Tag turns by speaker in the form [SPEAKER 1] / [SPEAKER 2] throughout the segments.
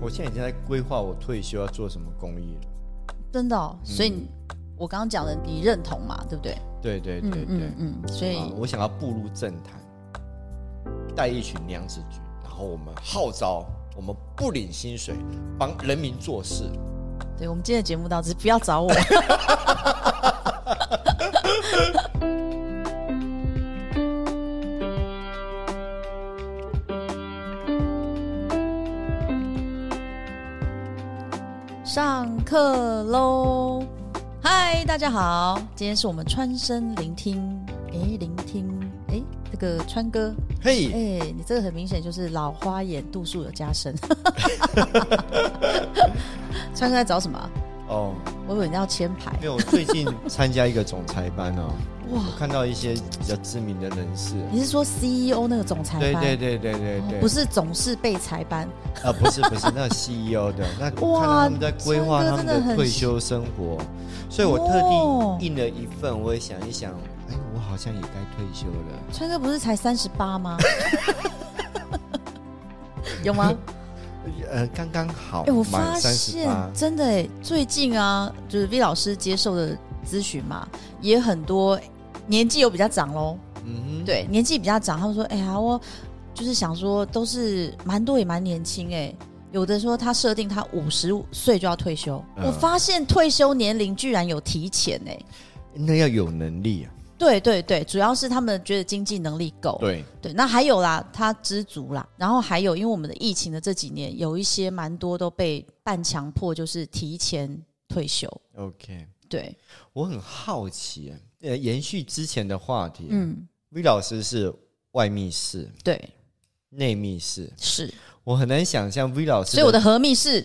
[SPEAKER 1] 我现在已经在规划我退休要做什么公益了。
[SPEAKER 2] 真的、哦，所
[SPEAKER 1] 嗯
[SPEAKER 2] 以你、我刚刚讲的你认同嘛，对不对？
[SPEAKER 1] 对对对
[SPEAKER 2] 嗯
[SPEAKER 1] 对，
[SPEAKER 2] 嗯嗯，所以
[SPEAKER 1] 啊，我想要步入政坛，带一群娘子军，然后我们号召，我们不领薪水，帮人民做事。
[SPEAKER 2] 对我们今天的节目到此，不要找我。上课喽！嗨，大家好，今天是我们川声聆听，诶，聆听，诶，这个川哥，
[SPEAKER 1] 嘿、
[SPEAKER 2] 诶，哎你这个很明显就是老花眼度数有加深。 川哥在找什么啊？
[SPEAKER 1] 哦，
[SPEAKER 2] 我以为你要签牌
[SPEAKER 1] 因。为我最近参加一个总裁班哦，
[SPEAKER 2] 哇
[SPEAKER 1] 我看到一些比较知名的人士。
[SPEAKER 2] 你是说 CEO 那个总裁
[SPEAKER 1] 对
[SPEAKER 2] 班？哦
[SPEAKER 1] 对对对对对，
[SPEAKER 2] 不是总是被裁班，
[SPEAKER 1] 啊，不是不是，那 CEO 的那我
[SPEAKER 2] 哇
[SPEAKER 1] 看到他们在规划他
[SPEAKER 2] 川哥
[SPEAKER 1] 们
[SPEAKER 2] 真的
[SPEAKER 1] 的
[SPEAKER 2] 很
[SPEAKER 1] 退休生活，所以我
[SPEAKER 2] 哦
[SPEAKER 1] 特地印了一份。我也想一想，哎，我好像也该退休了。
[SPEAKER 2] 川哥不是才三十八吗？ 有吗？
[SPEAKER 1] 呃，刚刚好，
[SPEAKER 2] 哎、我
[SPEAKER 1] 满
[SPEAKER 2] 发
[SPEAKER 1] 三十
[SPEAKER 2] 现
[SPEAKER 1] 八，
[SPEAKER 2] 真的哎、最近啊，就是 V 老师接受的咨询嘛，也很多年纪有比较长喽，
[SPEAKER 1] 嗯哼，
[SPEAKER 2] 对，年纪比较长，他们说，哎呀，我就是想说，都是蛮多也蛮年轻哎、有的说他设定他五十岁就要退休，
[SPEAKER 1] 嗯
[SPEAKER 2] 我发现退休年龄居然有提前哎、
[SPEAKER 1] 那要有能力啊。
[SPEAKER 2] 对对对，主要是他们觉得经济能力够。
[SPEAKER 1] 对，
[SPEAKER 2] 对那还有啦，他知足啦。然后还有，因为我们的疫情的这几年，有一些蛮多都被半强迫，就是提前退休。
[SPEAKER 1] OK，
[SPEAKER 2] 对，
[SPEAKER 1] 我很好奇，呃，延续之前的话题，
[SPEAKER 2] 嗯，
[SPEAKER 1] v 老师是外密室、
[SPEAKER 2] 对，
[SPEAKER 1] 内密室，
[SPEAKER 2] 是。
[SPEAKER 1] 我很难想象 V 老师，
[SPEAKER 2] 所以我的和密是，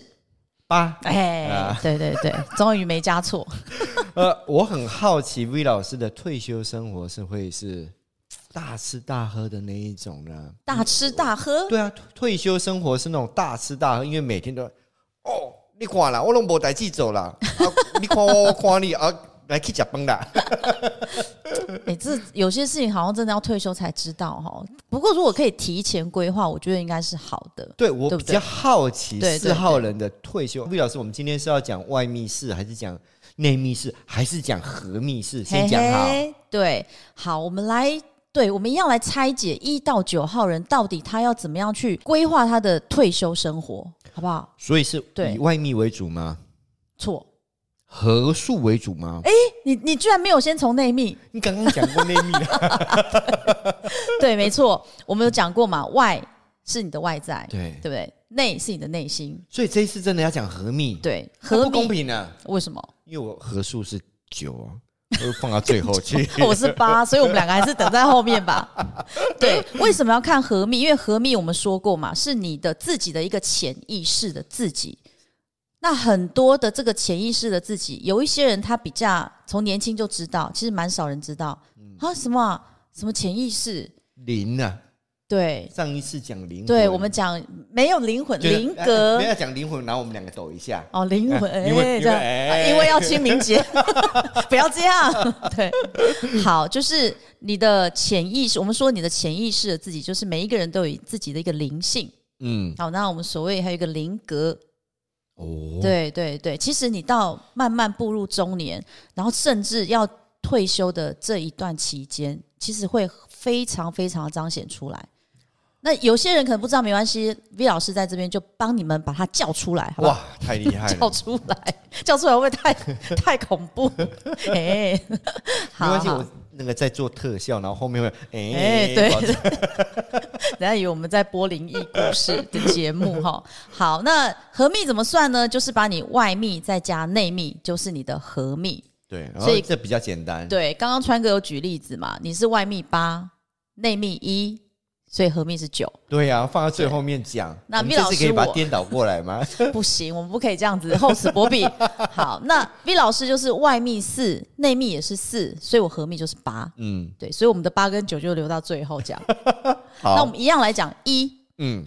[SPEAKER 1] 八，
[SPEAKER 2] 哎，
[SPEAKER 1] 啊
[SPEAKER 2] 对对对，终于没加错。
[SPEAKER 1] 呃，我很好奇 V 老师的退休生活是会是大吃大喝的那一种呢？
[SPEAKER 2] 大吃大喝，
[SPEAKER 1] 对啊，退退休生活是那种大吃大喝，因为每天都哦，你看啦，我拢无代志做啦，啊， 你看我，我看你啊，来去食饭 啦。
[SPEAKER 2] 哎、这有些事情好像真的要退休才知道哈。不过如果可以提前规划，我觉得应该是好的。
[SPEAKER 1] 对我
[SPEAKER 2] 对
[SPEAKER 1] 比
[SPEAKER 2] 不对
[SPEAKER 1] 较好奇
[SPEAKER 2] 对对
[SPEAKER 1] 四号人的退休。魏老师，我们今天是要讲外密室，还是讲内密室，还是讲合密室？先讲好。
[SPEAKER 2] 嘿嘿对，好，我们来，对，我们一样来拆解一到九号人到底他要怎么样去规划他的退休生活，好不好？
[SPEAKER 1] 所以是
[SPEAKER 2] 对
[SPEAKER 1] 以外密为主吗？
[SPEAKER 2] 错，
[SPEAKER 1] 合数为主吗？哎、
[SPEAKER 2] 你你居然没有先从内 密，
[SPEAKER 1] 你刚刚讲过内啊密 了。
[SPEAKER 2] 对，没错，我们有讲过嘛，外是你的外在，
[SPEAKER 1] 对
[SPEAKER 2] 对，不对？内是你的内心，
[SPEAKER 1] 所以这一次真的要讲合密，，
[SPEAKER 2] 对，
[SPEAKER 1] 不
[SPEAKER 2] 合
[SPEAKER 1] 公
[SPEAKER 2] 密
[SPEAKER 1] 平啊，
[SPEAKER 2] 为什么？
[SPEAKER 1] 因为我合数是九啊，我放到最后 去。
[SPEAKER 2] 我 是八，所以我们两个还是等在后面吧。对，为什么要看合密？因为合密我们说过嘛，是你的自己的一个潜意识的自己。那很多的这个潜意识的自己，有一些人他比较从年轻就知道，其实蛮少人知道
[SPEAKER 1] 嗯
[SPEAKER 2] 啊，什么啊什么潜意识？
[SPEAKER 1] 零啊，
[SPEAKER 2] 对
[SPEAKER 1] 上一次讲灵魂，
[SPEAKER 2] 对，我们讲没有灵魂，
[SPEAKER 1] 就是
[SPEAKER 2] 灵
[SPEAKER 1] 哎
[SPEAKER 2] 格
[SPEAKER 1] 不要讲灵魂，然后我们两个抖一下。
[SPEAKER 2] 哦，灵魂，
[SPEAKER 1] 哎
[SPEAKER 2] 哎、
[SPEAKER 1] 灵魂灵魂
[SPEAKER 2] 这样、
[SPEAKER 1] 哎
[SPEAKER 2] 啊因为要清明节， 不要这样。对，好，就是你的潜意识，我们说你的潜意识的自己，就是每一个人都有自己的一个灵性。
[SPEAKER 1] 嗯，
[SPEAKER 2] 好，那我们所谓还有一个灵格，
[SPEAKER 1] 哦，
[SPEAKER 2] 对对对。其实你到慢慢步入中年，然后甚至要退休的这一段期间，其实会非常非常地彰显出来。那有些人可能不知道，没关系，V 老师在这边就帮你们把它叫出来，好不好？
[SPEAKER 1] 哇，太厉害了
[SPEAKER 2] 叫。出来，叫出来会不会太 太恐怖？ 哎、
[SPEAKER 1] 没
[SPEAKER 2] 好
[SPEAKER 1] 关系，
[SPEAKER 2] 好
[SPEAKER 1] 我，那个在做特效，然后后面会哎、
[SPEAKER 2] 哎对
[SPEAKER 1] 保持
[SPEAKER 2] 等下以为我们在播灵异故事的节目哈。好，那合密怎么算呢？就是把你外密再加内密，就是你的合密。
[SPEAKER 1] 对，然
[SPEAKER 2] 所
[SPEAKER 1] 后
[SPEAKER 2] 以
[SPEAKER 1] 这比较简单。
[SPEAKER 2] 对，刚刚川哥有举例子嘛，你是外密八，内密一，所以合密是九。
[SPEAKER 1] 对呀、放到最后面讲。
[SPEAKER 2] 那
[SPEAKER 1] 我们
[SPEAKER 2] 毕
[SPEAKER 1] 这
[SPEAKER 2] 老
[SPEAKER 1] 次
[SPEAKER 2] 师
[SPEAKER 1] 可以把它
[SPEAKER 2] 我
[SPEAKER 1] 颠倒过来吗？
[SPEAKER 2] 不行，我们不可以这样子厚此薄彼。好，那 V 老师就是外密四，内密也是四，所以我合密就是八。
[SPEAKER 1] 嗯，
[SPEAKER 2] 对，所以我们的八跟九就留到最后讲。那我
[SPEAKER 1] 好，
[SPEAKER 2] 们一样来讲一
[SPEAKER 1] 嗯，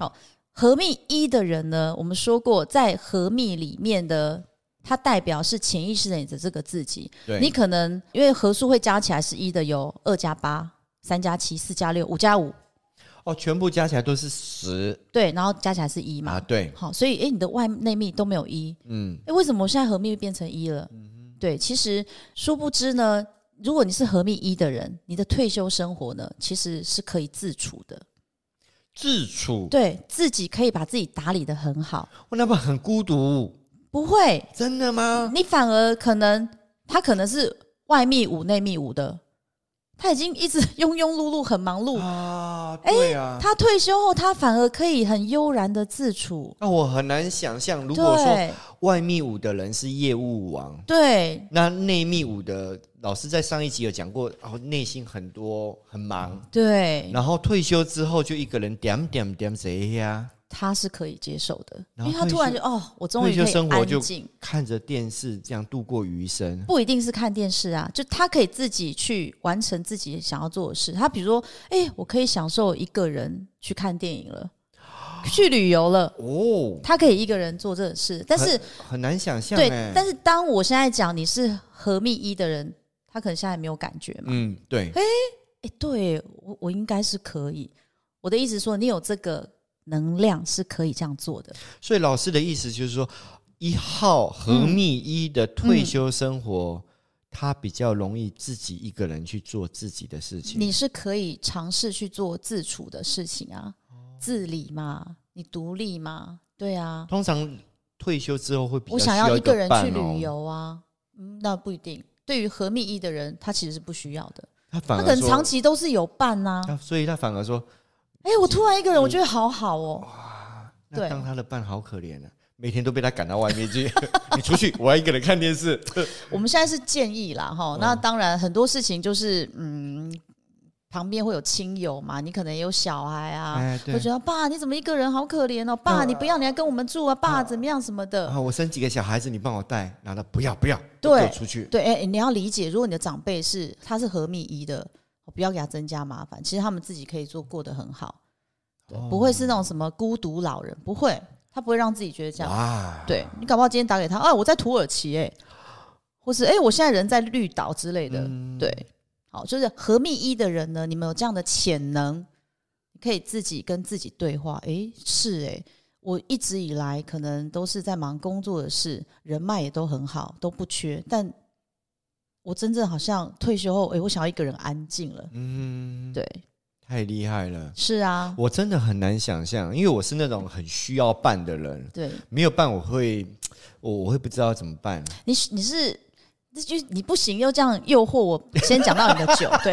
[SPEAKER 2] 合密一的人呢，我们说过，在合密里面的它代表是潜意识的你的这个自己。
[SPEAKER 1] 对，
[SPEAKER 2] 你可能因为合数会加起来是一的，有二加八、三加七、四加六、五加五。
[SPEAKER 1] 哦，全部加起来都是十
[SPEAKER 2] 对，然后加起来是一嘛。
[SPEAKER 1] 啊，对，
[SPEAKER 2] 好，所以诶，你的外内密都没有一，
[SPEAKER 1] 嗯，
[SPEAKER 2] 诶，为什么我现在合密变成一了？对，其实殊不知呢，如果你是合密一的人，你的退休生活呢，其实是可以自处的，
[SPEAKER 1] 自处，
[SPEAKER 2] 对自己可以把自己打理的很好，
[SPEAKER 1] 我哦那不很孤独，
[SPEAKER 2] 不会，
[SPEAKER 1] 真的吗？
[SPEAKER 2] 你反而可能他可能是外密五内密五的，他已经一直庸庸碌碌，很忙碌。
[SPEAKER 1] 啊，对啊，
[SPEAKER 2] 嗯哎他退休后，他反而可以很悠然的自处。
[SPEAKER 1] 那我很难想象，如果说
[SPEAKER 2] 对
[SPEAKER 1] 外密舞的人是业务王，
[SPEAKER 2] 对，
[SPEAKER 1] 那内密舞的老师在上一集有讲过，哦，内心很多很忙，
[SPEAKER 2] 对，
[SPEAKER 1] 然后退休之后就一个人点点点谁呀，
[SPEAKER 2] 他是可以接受的，因
[SPEAKER 1] 然
[SPEAKER 2] 为
[SPEAKER 1] 后
[SPEAKER 2] 他突然就哦，我终于
[SPEAKER 1] 退休
[SPEAKER 2] 可以
[SPEAKER 1] 生活就
[SPEAKER 2] 安静。
[SPEAKER 1] 看着电视这样度过余生。
[SPEAKER 2] 不一定是看电视啊，就他可以自己去完成自己想要做的事。他比如说，哎、我可以享受一个人去看电影了，去旅游了，
[SPEAKER 1] 哦，
[SPEAKER 2] 他可以一个人做这个事。但是，
[SPEAKER 1] 很难想象
[SPEAKER 2] 对，
[SPEAKER 1] 哎。
[SPEAKER 2] 但是当我现在讲你是和密一的人，他可能现在没有感觉嘛？
[SPEAKER 1] 嗯，对，
[SPEAKER 2] 哎、对我我应该是可以。我的意思说，你有这个能量是可以这样做的。
[SPEAKER 1] 所以老师的意思就是说，一号和
[SPEAKER 2] 嗯
[SPEAKER 1] 密一的退休生活，他比较容易自己一个人去做自己的事情。
[SPEAKER 2] 你是可以尝试去做自处的事情啊，自理嘛，你独立嘛，对啊。
[SPEAKER 1] 通常退休之后会比较
[SPEAKER 2] 我
[SPEAKER 1] 需要
[SPEAKER 2] 想要
[SPEAKER 1] 一
[SPEAKER 2] 一
[SPEAKER 1] 个
[SPEAKER 2] 个人
[SPEAKER 1] 伴
[SPEAKER 2] 去
[SPEAKER 1] 哦
[SPEAKER 2] 旅，游啊，嗯，那不一定。对于和密一的人，他其实是不需要的，
[SPEAKER 1] 他反
[SPEAKER 2] 他
[SPEAKER 1] 而
[SPEAKER 2] 可能
[SPEAKER 1] 说
[SPEAKER 2] 长期都是有伴呐、
[SPEAKER 1] 他所以他反而说，
[SPEAKER 2] 哎、我突然一个人，我觉得好好哦。
[SPEAKER 1] 那
[SPEAKER 2] 对
[SPEAKER 1] 当他的伴好可怜啊，每天都被他赶到外面去， 你出去，我要一个人看电视。
[SPEAKER 2] 我们现在是建议啦，哈。
[SPEAKER 1] 嗯
[SPEAKER 2] 那当然，很多事情就是，嗯，旁边会有亲友嘛，你可能也有小孩啊，
[SPEAKER 1] 哎，对呃
[SPEAKER 2] 会，觉得爸你怎么一个人好可怜哦，爸你不要，你来跟我们住啊，爸怎么样什么的。
[SPEAKER 1] 啊，我生几个小孩子，你帮我带，然后他不要不要，
[SPEAKER 2] 对
[SPEAKER 1] 我给我出去。
[SPEAKER 2] 对，哎、你要理解，如果你的长辈是他是和密一的，哦不要给他增加麻烦。其实他们自己可以做过得很好，对，
[SPEAKER 1] 哦
[SPEAKER 2] 不会是那种什么孤独老人，不会，他不会让自己觉得这样。
[SPEAKER 1] 哇，
[SPEAKER 2] 对你搞不好今天打给他，啊，我在土耳其、哎，或是哎、我现在人在绿岛之类
[SPEAKER 1] 嗯
[SPEAKER 2] 的，对，好，就是和密一的人呢，你们有这样的潜能，你可以自己跟自己对话。哎、是哎、我一直以来可能都是在忙工作的事，人脉也都很好，都不缺，但我真正好像退休后，哎、我想要一个人安静了。
[SPEAKER 1] 嗯，
[SPEAKER 2] 对，
[SPEAKER 1] 太厉害了。
[SPEAKER 2] 是啊，
[SPEAKER 1] 我真的很难想象，因为我是那种很需要伴的人，
[SPEAKER 2] 对
[SPEAKER 1] 没有伴我会，我我会不知道怎么 办。
[SPEAKER 2] 你是你是。这就你不行，又这样诱惑我。先讲到你的酒，对。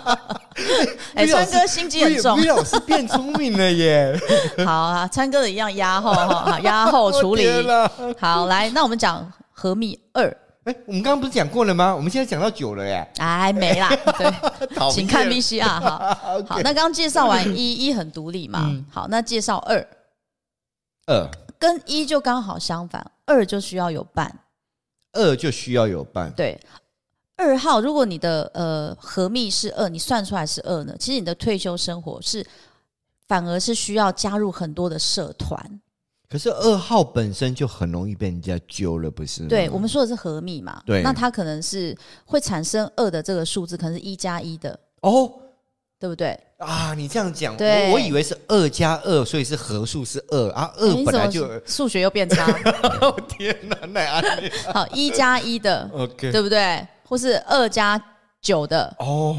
[SPEAKER 2] 哎、
[SPEAKER 1] 于老
[SPEAKER 2] 川
[SPEAKER 1] 师
[SPEAKER 2] 哥心机很重
[SPEAKER 1] 于，老师变聪明了 耶！
[SPEAKER 2] 好啊，川哥的一样压后哈，好压后处理
[SPEAKER 1] 我。天哪
[SPEAKER 2] 好，来，那我们讲和密二，
[SPEAKER 1] 哎、我们刚刚不是讲过了吗？我们现在讲到九了耶，
[SPEAKER 2] 哎，没啦， 对，
[SPEAKER 1] 讨厌
[SPEAKER 2] 请看 VCR 哈。好，那刚刚介绍完一，一很独立嘛，
[SPEAKER 1] 嗯
[SPEAKER 2] 好，那介绍二，
[SPEAKER 1] 二
[SPEAKER 2] 跟一就刚好相反，二就需要有伴，
[SPEAKER 1] 二就需要有伴，
[SPEAKER 2] 对。二号，如果你的呃和密是二，你算出来是二呢，其实你的退休生活是反而是需要加入很多的社团。
[SPEAKER 1] 可是二号本身就很容易被人家揪了，不是吗？
[SPEAKER 2] 对，我们说的是和密嘛，
[SPEAKER 1] 嗯对
[SPEAKER 2] 那它可能是会产生二的这个数字，可能是一加一的，
[SPEAKER 1] 哦
[SPEAKER 2] 对不对？
[SPEAKER 1] 啊，你这样讲，
[SPEAKER 2] 对
[SPEAKER 1] 我我以为是二加二，所以是合数是二啊，二
[SPEAKER 2] 你
[SPEAKER 1] 本
[SPEAKER 2] 怎
[SPEAKER 1] 来
[SPEAKER 2] 么
[SPEAKER 1] 就，
[SPEAKER 2] 数学又变差？
[SPEAKER 1] 哦天哪，奈安
[SPEAKER 2] 好，一加 一的，
[SPEAKER 1] ，OK，
[SPEAKER 2] 对不对？或是二加九的，
[SPEAKER 1] 哦，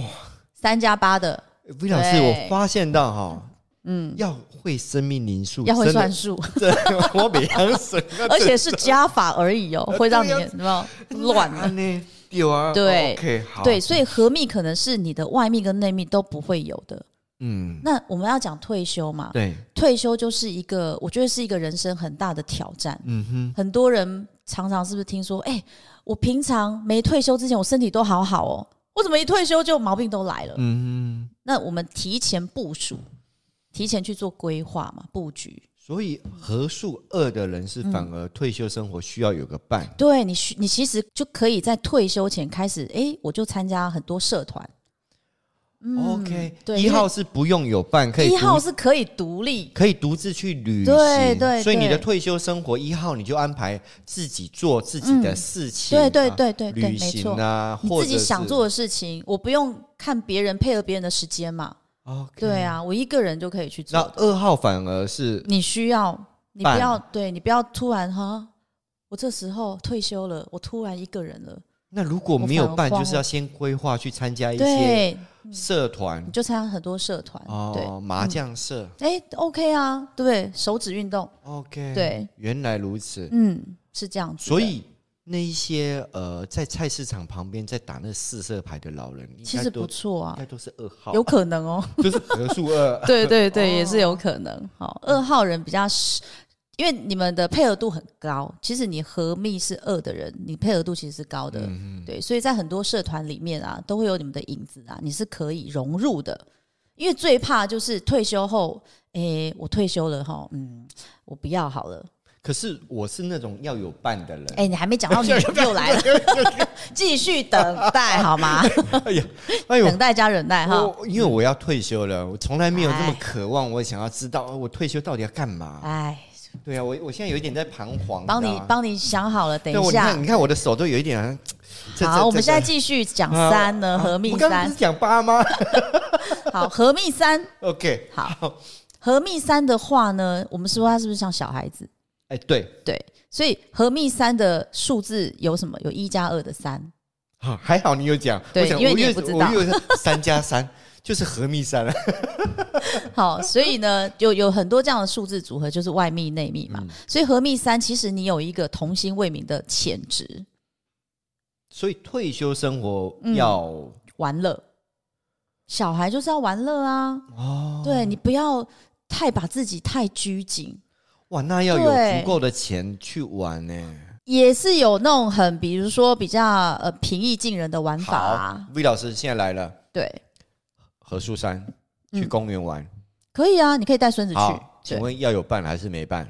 [SPEAKER 2] 三加八的，
[SPEAKER 1] 魏老师，
[SPEAKER 2] 对
[SPEAKER 1] 我发现到哈，
[SPEAKER 2] 嗯，
[SPEAKER 1] 要会生命灵数，
[SPEAKER 2] 要会
[SPEAKER 1] 真的
[SPEAKER 2] 算，数，
[SPEAKER 1] 真的我每样省，
[SPEAKER 2] 而且是加法而已哦，会让你
[SPEAKER 1] 对啊
[SPEAKER 2] 有没 有乱
[SPEAKER 1] 啊
[SPEAKER 2] 了？
[SPEAKER 1] 呢，有啊，
[SPEAKER 2] 对
[SPEAKER 1] ，OK，好，
[SPEAKER 2] 对，，所以和密可能是你的外密跟内密都不会有的。
[SPEAKER 1] 嗯，
[SPEAKER 2] 那我们要讲退休嘛，
[SPEAKER 1] 对，
[SPEAKER 2] 退休就是一个，我觉得是一个人生很大的挑战。
[SPEAKER 1] 嗯哼，
[SPEAKER 2] 很多人常常是不是听说，哎、我平常没退休之前，我身体都好好哦，我怎么一退休就毛病都来了？
[SPEAKER 1] 嗯哼。
[SPEAKER 2] 那我们提前部署，提前去做规划嘛，布局。
[SPEAKER 1] 所以合数二的人
[SPEAKER 2] 嗯
[SPEAKER 1] 是反而退休生活需要有个伴，
[SPEAKER 2] 对你需，你其实就可以在退休前开始，哎、我就参加很多社团。
[SPEAKER 1] OK，
[SPEAKER 2] 嗯对
[SPEAKER 1] 一
[SPEAKER 2] 因为
[SPEAKER 1] 号是不用有伴，可以
[SPEAKER 2] 一
[SPEAKER 1] 独
[SPEAKER 2] 号是可以独立，
[SPEAKER 1] 可以独自去旅行，
[SPEAKER 2] 对对
[SPEAKER 1] 所以你的
[SPEAKER 2] 对
[SPEAKER 1] 退休生活一号你就安排自己做自己的事情、
[SPEAKER 2] 嗯对对
[SPEAKER 1] 啊
[SPEAKER 2] 对对对，
[SPEAKER 1] 旅
[SPEAKER 2] 没
[SPEAKER 1] 行
[SPEAKER 2] 错。
[SPEAKER 1] 啊，
[SPEAKER 2] 你
[SPEAKER 1] 或
[SPEAKER 2] 自
[SPEAKER 1] 者
[SPEAKER 2] 己想
[SPEAKER 1] 是
[SPEAKER 2] 做的事情，我不用看别人配合别人的时间嘛。
[SPEAKER 1] OK
[SPEAKER 2] 对，啊，我一个人就可以去
[SPEAKER 1] 嗯那
[SPEAKER 2] 做。
[SPEAKER 1] 二号反而是
[SPEAKER 2] 你需要，你不
[SPEAKER 1] 办
[SPEAKER 2] 要，对你不要突然哈，我这时候退休了，我突然一个人了，
[SPEAKER 1] 那如果没有办，
[SPEAKER 2] 我反而
[SPEAKER 1] 就是要先规划去参加一些
[SPEAKER 2] 对，
[SPEAKER 1] 社团
[SPEAKER 2] 你就参加很多社团，对，
[SPEAKER 1] 哦，麻将社。
[SPEAKER 2] 哎、o k 啊，对不对？手指运动，
[SPEAKER 1] OK，
[SPEAKER 2] 对，
[SPEAKER 1] 原来如此。
[SPEAKER 2] 嗯，是这样子
[SPEAKER 1] 嗯
[SPEAKER 2] 的。
[SPEAKER 1] 所以那一些呃，在菜市场旁边在打那四色牌的老人，应
[SPEAKER 2] 其
[SPEAKER 1] 该
[SPEAKER 2] 实
[SPEAKER 1] 都
[SPEAKER 2] 不错
[SPEAKER 1] 应
[SPEAKER 2] 啊，
[SPEAKER 1] 该都是二号，
[SPEAKER 2] 有可能哦。。
[SPEAKER 1] 就是合数二
[SPEAKER 2] 对对对，也是有可能。
[SPEAKER 1] 哦
[SPEAKER 2] 好，二号人比较是，因为你们的配合度很高，其实你合密是二的人，你配合度其实是高的。
[SPEAKER 1] 嗯
[SPEAKER 2] 对，所以在很多社团里面啊，都会有你们的影子啊，你是可以融入的。因为最怕就是退休后，诶、我退休了哈，嗯，我不要好了。
[SPEAKER 1] 可是我是那种要有伴的人。
[SPEAKER 2] 哎、你还没讲到你又来了，继续等待好吗？
[SPEAKER 1] 哎呀，哎呦哦
[SPEAKER 2] 等，待加忍耐哈。
[SPEAKER 1] 我因为我要退休了，我从来没有这么
[SPEAKER 2] 哎
[SPEAKER 1] 渴望，我想要知道呃我退休到底要干嘛。
[SPEAKER 2] 哎，
[SPEAKER 1] 对啊，我我现在有一点在彷徨。
[SPEAKER 2] 帮
[SPEAKER 1] 知
[SPEAKER 2] 你
[SPEAKER 1] 道吗
[SPEAKER 2] 帮你想好了，等
[SPEAKER 1] 对
[SPEAKER 2] 一
[SPEAKER 1] 我你
[SPEAKER 2] 下
[SPEAKER 1] 看，。你看我的手都有一点啊。这
[SPEAKER 2] 好，我们现在
[SPEAKER 1] 在
[SPEAKER 2] 继续讲三呢，合密
[SPEAKER 1] 我刚刚不
[SPEAKER 2] 三
[SPEAKER 1] 是。讲八吗
[SPEAKER 2] 好，合密三。
[SPEAKER 1] ？OK，
[SPEAKER 2] 好，合密三的话呢，我们说它是不是像小孩子？
[SPEAKER 1] 哎，对，
[SPEAKER 2] 对，所以合密三的数字有什么？有一加二的三。
[SPEAKER 1] 好，还好你有讲。
[SPEAKER 2] 对
[SPEAKER 1] 我想
[SPEAKER 2] 因为
[SPEAKER 1] 我
[SPEAKER 2] 你也
[SPEAKER 1] 又
[SPEAKER 2] 不知
[SPEAKER 1] 我
[SPEAKER 2] 道
[SPEAKER 1] 又是三加三 就是合密啊三了。
[SPEAKER 2] 好，所以呢，就有很多这样的数字组合，就是外密内密
[SPEAKER 1] 嗯
[SPEAKER 2] 嘛。所以合密三，其实你有一个童心未泯的潜质，
[SPEAKER 1] 所以退休生活
[SPEAKER 2] 嗯
[SPEAKER 1] 要
[SPEAKER 2] 玩乐。小孩就是要玩乐啊，
[SPEAKER 1] 哦，
[SPEAKER 2] 对你不要太把自己太拘谨。
[SPEAKER 1] 哇，那要有
[SPEAKER 2] 对
[SPEAKER 1] 足够的钱去玩呢。
[SPEAKER 2] 也是有那种很，比如说比较呃平易近人的玩法
[SPEAKER 1] 好
[SPEAKER 2] 啊，
[SPEAKER 1] ，V 老师现在来了，
[SPEAKER 2] 对，
[SPEAKER 1] 何树山去
[SPEAKER 2] 嗯
[SPEAKER 1] 公园玩。
[SPEAKER 2] 可以啊，你可以带孙子去
[SPEAKER 1] 好，。请
[SPEAKER 2] 对，
[SPEAKER 1] 问要有伴还是没伴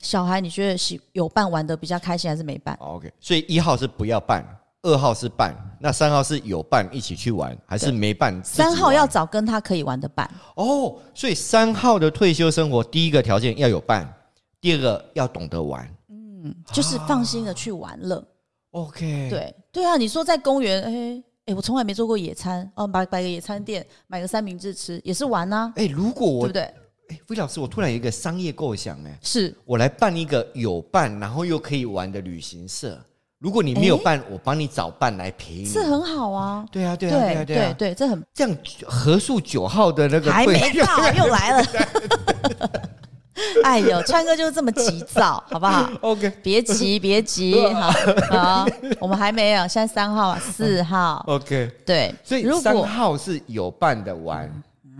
[SPEAKER 2] 小孩你觉得喜有伴玩的比较开心还是没伴？
[SPEAKER 1] 好？OK，所以一号是不要伴，二号是伴，那三号是有伴一起去玩，还是
[SPEAKER 2] 对
[SPEAKER 1] 没伴自己玩？
[SPEAKER 2] 三号要找跟他可以玩的伴，
[SPEAKER 1] 哦，所以三号的退休生活第一个条件要有伴，第二个要懂得玩。
[SPEAKER 2] 就是放心的去玩乐。
[SPEAKER 1] 啊 OK，，
[SPEAKER 2] 对对啊，你说在公园，哎、哎、我从来没做过野餐哦，买摆个野餐店，买个三明治吃也是玩啊，
[SPEAKER 1] 哎、如果
[SPEAKER 2] 对
[SPEAKER 1] 我
[SPEAKER 2] 不对？
[SPEAKER 1] 哎，魏老师，我突然有一个商业构想、哎，
[SPEAKER 2] 是
[SPEAKER 1] 我来办一个有伴然后又可以玩的旅行社。如果你没有
[SPEAKER 2] 哎
[SPEAKER 1] 伴，我帮你找伴来陪你。
[SPEAKER 2] 是很好啊，
[SPEAKER 1] 对嗯啊，对
[SPEAKER 2] 对
[SPEAKER 1] 啊，哎对啊，
[SPEAKER 2] 对
[SPEAKER 1] 对啊。
[SPEAKER 2] 对这很
[SPEAKER 1] 这样合数九号的那个
[SPEAKER 2] 还
[SPEAKER 1] 退
[SPEAKER 2] 没
[SPEAKER 1] 休
[SPEAKER 2] 到，又来了。 哎呦，川哥就是这么急躁，好不好？
[SPEAKER 1] OK
[SPEAKER 2] 别急，别急，
[SPEAKER 1] 啊
[SPEAKER 2] 好，好，我们还没有，现在三号啊，四 号，
[SPEAKER 1] OK，
[SPEAKER 2] 对，
[SPEAKER 1] 所以
[SPEAKER 2] 如
[SPEAKER 1] 三
[SPEAKER 2] 果
[SPEAKER 1] 号是有伴的玩。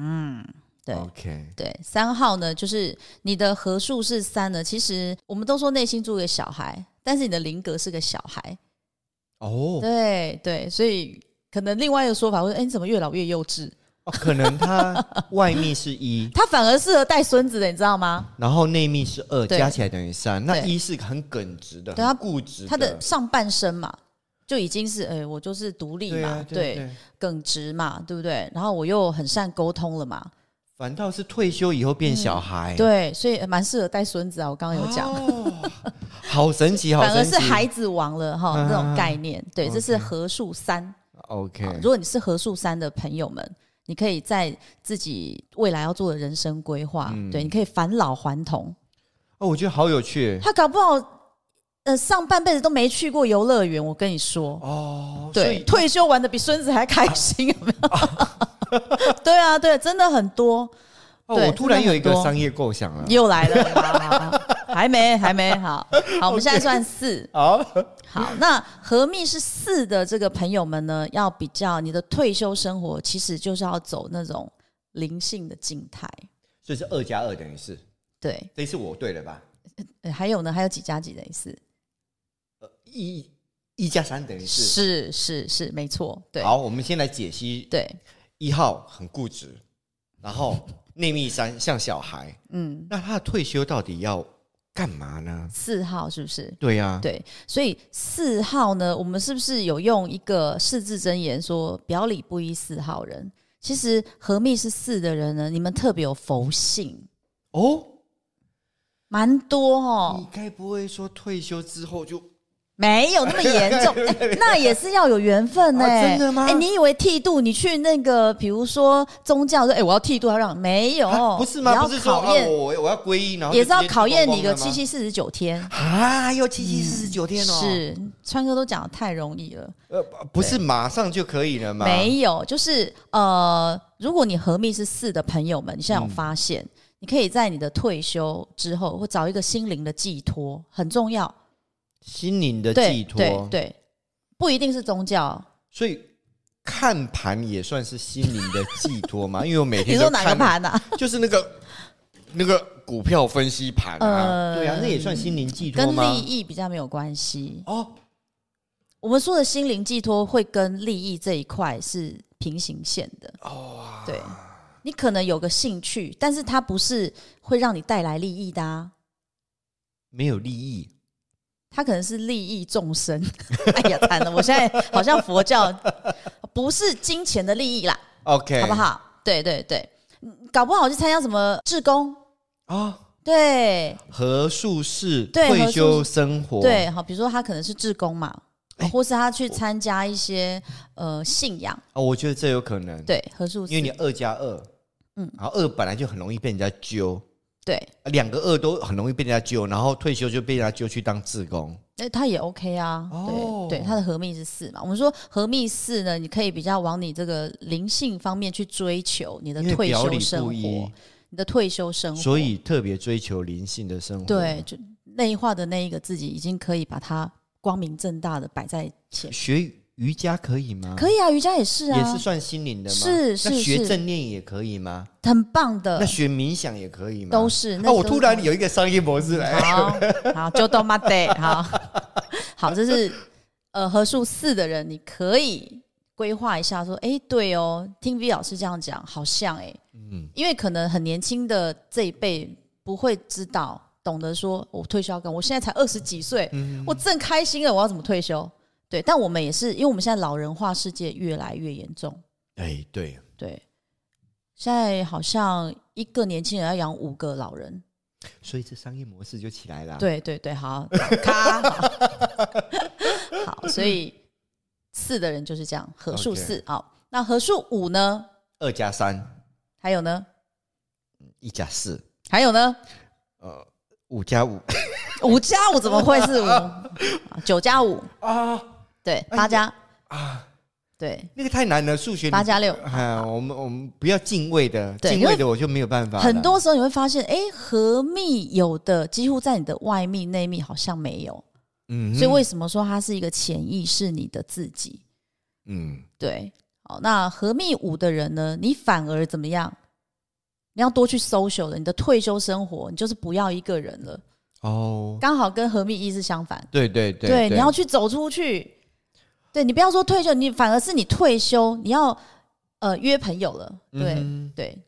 [SPEAKER 1] 嗯
[SPEAKER 2] 对
[SPEAKER 1] OK，
[SPEAKER 2] 对三号呢，就是你的合数是三呢，其实我们都说内心住个小孩，但是你的灵格是个小孩，
[SPEAKER 1] 哦，
[SPEAKER 2] 对对，所以可能另外一个说法会说，哎，你怎么越老越幼稚？
[SPEAKER 1] 哦可能他外密是一，
[SPEAKER 2] 他反而适合带孙子的，你知道吗？
[SPEAKER 1] 然后内密是二，
[SPEAKER 2] 对
[SPEAKER 1] 加起来等于三。那
[SPEAKER 2] 对
[SPEAKER 1] 一是很耿直的，
[SPEAKER 2] 对
[SPEAKER 1] 很
[SPEAKER 2] 他
[SPEAKER 1] 固执
[SPEAKER 2] 他的上半身嘛，就已经是，哎，我就是独立
[SPEAKER 1] 对啊
[SPEAKER 2] 嘛，，
[SPEAKER 1] 对对。
[SPEAKER 2] 耿直嘛，对不对？然后我又很善沟通了嘛，
[SPEAKER 1] 反倒是退休以后变小孩，
[SPEAKER 2] 对，所以呃蛮适合带孙子啊。我刚刚有讲，
[SPEAKER 1] 哎哦，好神奇，好
[SPEAKER 2] 反而
[SPEAKER 1] 神奇。
[SPEAKER 2] 是孩子王了哈，
[SPEAKER 1] 嗯
[SPEAKER 2] 这种概念，对，
[SPEAKER 1] OK
[SPEAKER 2] 这是合数三。
[SPEAKER 1] OK，
[SPEAKER 2] 好如果你是合数三的朋友们，你可以在自己未来要做的人生规划，
[SPEAKER 1] 嗯
[SPEAKER 2] 对，你可以返老还童。
[SPEAKER 1] 哦，我觉得好有趣
[SPEAKER 2] 他搞不好，呃，上半辈子都没去过游乐园，我跟你说，
[SPEAKER 1] 哦。所
[SPEAKER 2] 对，
[SPEAKER 1] 以
[SPEAKER 2] 退休玩的比孙子还开心，有没有？ 对啊，对，真的很多。
[SPEAKER 1] 哦，
[SPEAKER 2] 对
[SPEAKER 1] 我突然有一
[SPEAKER 2] 真的
[SPEAKER 1] 个
[SPEAKER 2] 很多
[SPEAKER 1] 商业构想了。
[SPEAKER 2] 又来了，好好 好还没，还没，好好，我们现在算四。
[SPEAKER 1] 好，
[SPEAKER 2] 好，那合密是四的这个朋友们呢，要比较你的退休生活，其实就是要走那种灵性的静态。
[SPEAKER 1] 所以是二加二等于四，
[SPEAKER 2] 对，
[SPEAKER 1] 这一次我对了吧？
[SPEAKER 2] 呃还有呢，还有几加几等于四？
[SPEAKER 1] 一一加三等于四。
[SPEAKER 2] 是是是，没错，对
[SPEAKER 1] 好，我们先来解析
[SPEAKER 2] 对，
[SPEAKER 1] 一号很固执，然后内密三像小孩，
[SPEAKER 2] 嗯，
[SPEAKER 1] 那他的退休到底要干嘛呢？
[SPEAKER 2] 四号是不是？
[SPEAKER 1] 对呀、
[SPEAKER 2] 对，啊所以四号呢，我们是不是有用一个四字真言说“表里不一四号人”？其实合密是四的人呢，你们特别有佛性，
[SPEAKER 1] 哦，
[SPEAKER 2] 蛮多哦。
[SPEAKER 1] 嗯你该不会说退休之后就
[SPEAKER 2] 没有那么严 重，哎那也是要有缘分呢、
[SPEAKER 1] 啊真的吗
[SPEAKER 2] 哎、你以为剃度，你去那个比如说宗教说，哎、我要剃度，要让没有、
[SPEAKER 1] 啊不是吗？
[SPEAKER 2] 也
[SPEAKER 1] 不
[SPEAKER 2] 哦要
[SPEAKER 1] 是说
[SPEAKER 2] 考
[SPEAKER 1] 啊
[SPEAKER 2] 验，
[SPEAKER 1] 我我我要皈依，然后
[SPEAKER 2] 也是要考验你
[SPEAKER 1] 个
[SPEAKER 2] 个七七四十九天。嗯
[SPEAKER 1] 啊，要七七四十九天哦，
[SPEAKER 2] 是川哥都讲的太容易了，
[SPEAKER 1] 呃，不是马上就可以了吗？
[SPEAKER 2] 没有，就是呃，如果你合密是四的朋友们，你现在有发现，
[SPEAKER 1] 嗯
[SPEAKER 2] 你可以在你的退休之后，或找一个心灵的寄托，很重要。
[SPEAKER 1] 心灵的
[SPEAKER 2] 对
[SPEAKER 1] 寄托，
[SPEAKER 2] 对对，不一定是宗教。
[SPEAKER 1] 所以看盘也算是心灵的寄托 嘛，因为我每
[SPEAKER 2] 你
[SPEAKER 1] 天
[SPEAKER 2] 说
[SPEAKER 1] 都
[SPEAKER 2] 哪个
[SPEAKER 1] 看，
[SPEAKER 2] 盘啊？
[SPEAKER 1] 就是那个那个股票分析盘啊，
[SPEAKER 2] 呃
[SPEAKER 1] 对啊，那也算心灵寄托
[SPEAKER 2] 跟
[SPEAKER 1] 吗
[SPEAKER 2] 利？益比较没有关系。
[SPEAKER 1] 哦，
[SPEAKER 2] 我们说的心灵寄托会跟利益这一块是平行线的。哦，对，你可能有个兴趣，但是它不是会让你带来利益的、啊，
[SPEAKER 1] 没有利益，
[SPEAKER 2] 它可能是利益众生。 哎呀，惨了，我现在好像佛教，不是金钱的利益啦，
[SPEAKER 1] OK，
[SPEAKER 2] 好不？好？对对对，嗯搞不好去参加什么志工，
[SPEAKER 1] 啊，
[SPEAKER 2] 对
[SPEAKER 1] 何术士
[SPEAKER 2] 对何术
[SPEAKER 1] 退
[SPEAKER 2] 士
[SPEAKER 1] 休生活，
[SPEAKER 2] 对，好，比如说他可能是志工嘛，
[SPEAKER 1] 哎
[SPEAKER 2] 或是他去参加一些呃信仰。
[SPEAKER 1] 哦，我觉得这有可能，
[SPEAKER 2] 对，合数
[SPEAKER 1] 因为你二加二，嗯
[SPEAKER 2] 嗯，
[SPEAKER 1] 然后二本来就很容易被人家揪，
[SPEAKER 2] 对，
[SPEAKER 1] 两个二都很容易被人家揪，然后退休就被人家揪去当志工，
[SPEAKER 2] 那哎他也 OK 啊。
[SPEAKER 1] 哦
[SPEAKER 2] 对对，他的合命是四嘛。我们说合命四呢，你可以比较往你这个灵性方面去追求你的
[SPEAKER 1] 因为
[SPEAKER 2] 退
[SPEAKER 1] 表
[SPEAKER 2] 休
[SPEAKER 1] 里
[SPEAKER 2] 生
[SPEAKER 1] 不
[SPEAKER 2] 活
[SPEAKER 1] 一，，
[SPEAKER 2] 你的退休生活。
[SPEAKER 1] 所以特别追求灵性的生活。
[SPEAKER 2] 对，，就内化的那一个自己，已经可以把它光明正大的摆在前。
[SPEAKER 1] 学瑜伽可以吗？
[SPEAKER 2] 可以啊，瑜伽也是啊，
[SPEAKER 1] 也是算心灵的吗？
[SPEAKER 2] 是是
[SPEAKER 1] 那学
[SPEAKER 2] 是
[SPEAKER 1] 正念也可以吗？
[SPEAKER 2] 很棒
[SPEAKER 1] 那
[SPEAKER 2] 的，
[SPEAKER 1] 学冥想也可以吗？
[SPEAKER 2] 都是。那
[SPEAKER 1] 啊！我
[SPEAKER 2] 都是嗯
[SPEAKER 1] 突然有一个商业模式来，
[SPEAKER 2] 好好，就都妈得好好，这是呃合数四的人，你可以规划一下，说，哎、对哦，听 V 老师这样讲，好像哎、
[SPEAKER 1] 嗯，
[SPEAKER 2] 因为可能很年轻的这一辈不会知道，懂得说我退休要干嘛，我现在才二十几岁，我正开心了，我要怎么退休？对，但我们也是，因为我们现在老人化世界越来越严重，
[SPEAKER 1] 哎，对，
[SPEAKER 2] 对，现在好像一个年轻人要养五个老人，
[SPEAKER 1] 所以这商业模式就起来了。，
[SPEAKER 2] 对对对，好，咔，好 好，所以四的人就是这样，合数
[SPEAKER 1] OK
[SPEAKER 2] 四好，那合数五呢？
[SPEAKER 1] 二加三，
[SPEAKER 2] 还有呢？
[SPEAKER 1] 一加四，
[SPEAKER 2] 还有呢？
[SPEAKER 1] 呃，五加五
[SPEAKER 2] 五加五怎么会是五？啊九加五，
[SPEAKER 1] 啊
[SPEAKER 2] 对，八加，
[SPEAKER 1] 啊，
[SPEAKER 2] 对，
[SPEAKER 1] 那个太难了，数学你
[SPEAKER 2] 八加六。
[SPEAKER 1] 啊，我们我们不要敬畏的，
[SPEAKER 2] 对
[SPEAKER 1] 敬
[SPEAKER 2] 因
[SPEAKER 1] 畏
[SPEAKER 2] 为
[SPEAKER 1] 的我就没有办法了。
[SPEAKER 2] 很多时候你会发现，哎，合密有的几乎在你的外密、内密好像没有，
[SPEAKER 1] 嗯哼，
[SPEAKER 2] 所以为什么说它是一个潜意识你的自己？
[SPEAKER 1] 嗯，
[SPEAKER 2] 对，好，那合密五的人呢，你反而怎么样？你要多去 social 的，你的退休生活，你就是不要一个人了，
[SPEAKER 1] 哦，
[SPEAKER 2] 刚好跟合密一是相反。
[SPEAKER 1] 对对对，
[SPEAKER 2] 你要去走出去，对你不要说退休，你反而是你退休，你要呃约朋友了，对、
[SPEAKER 1] 嗯
[SPEAKER 2] 对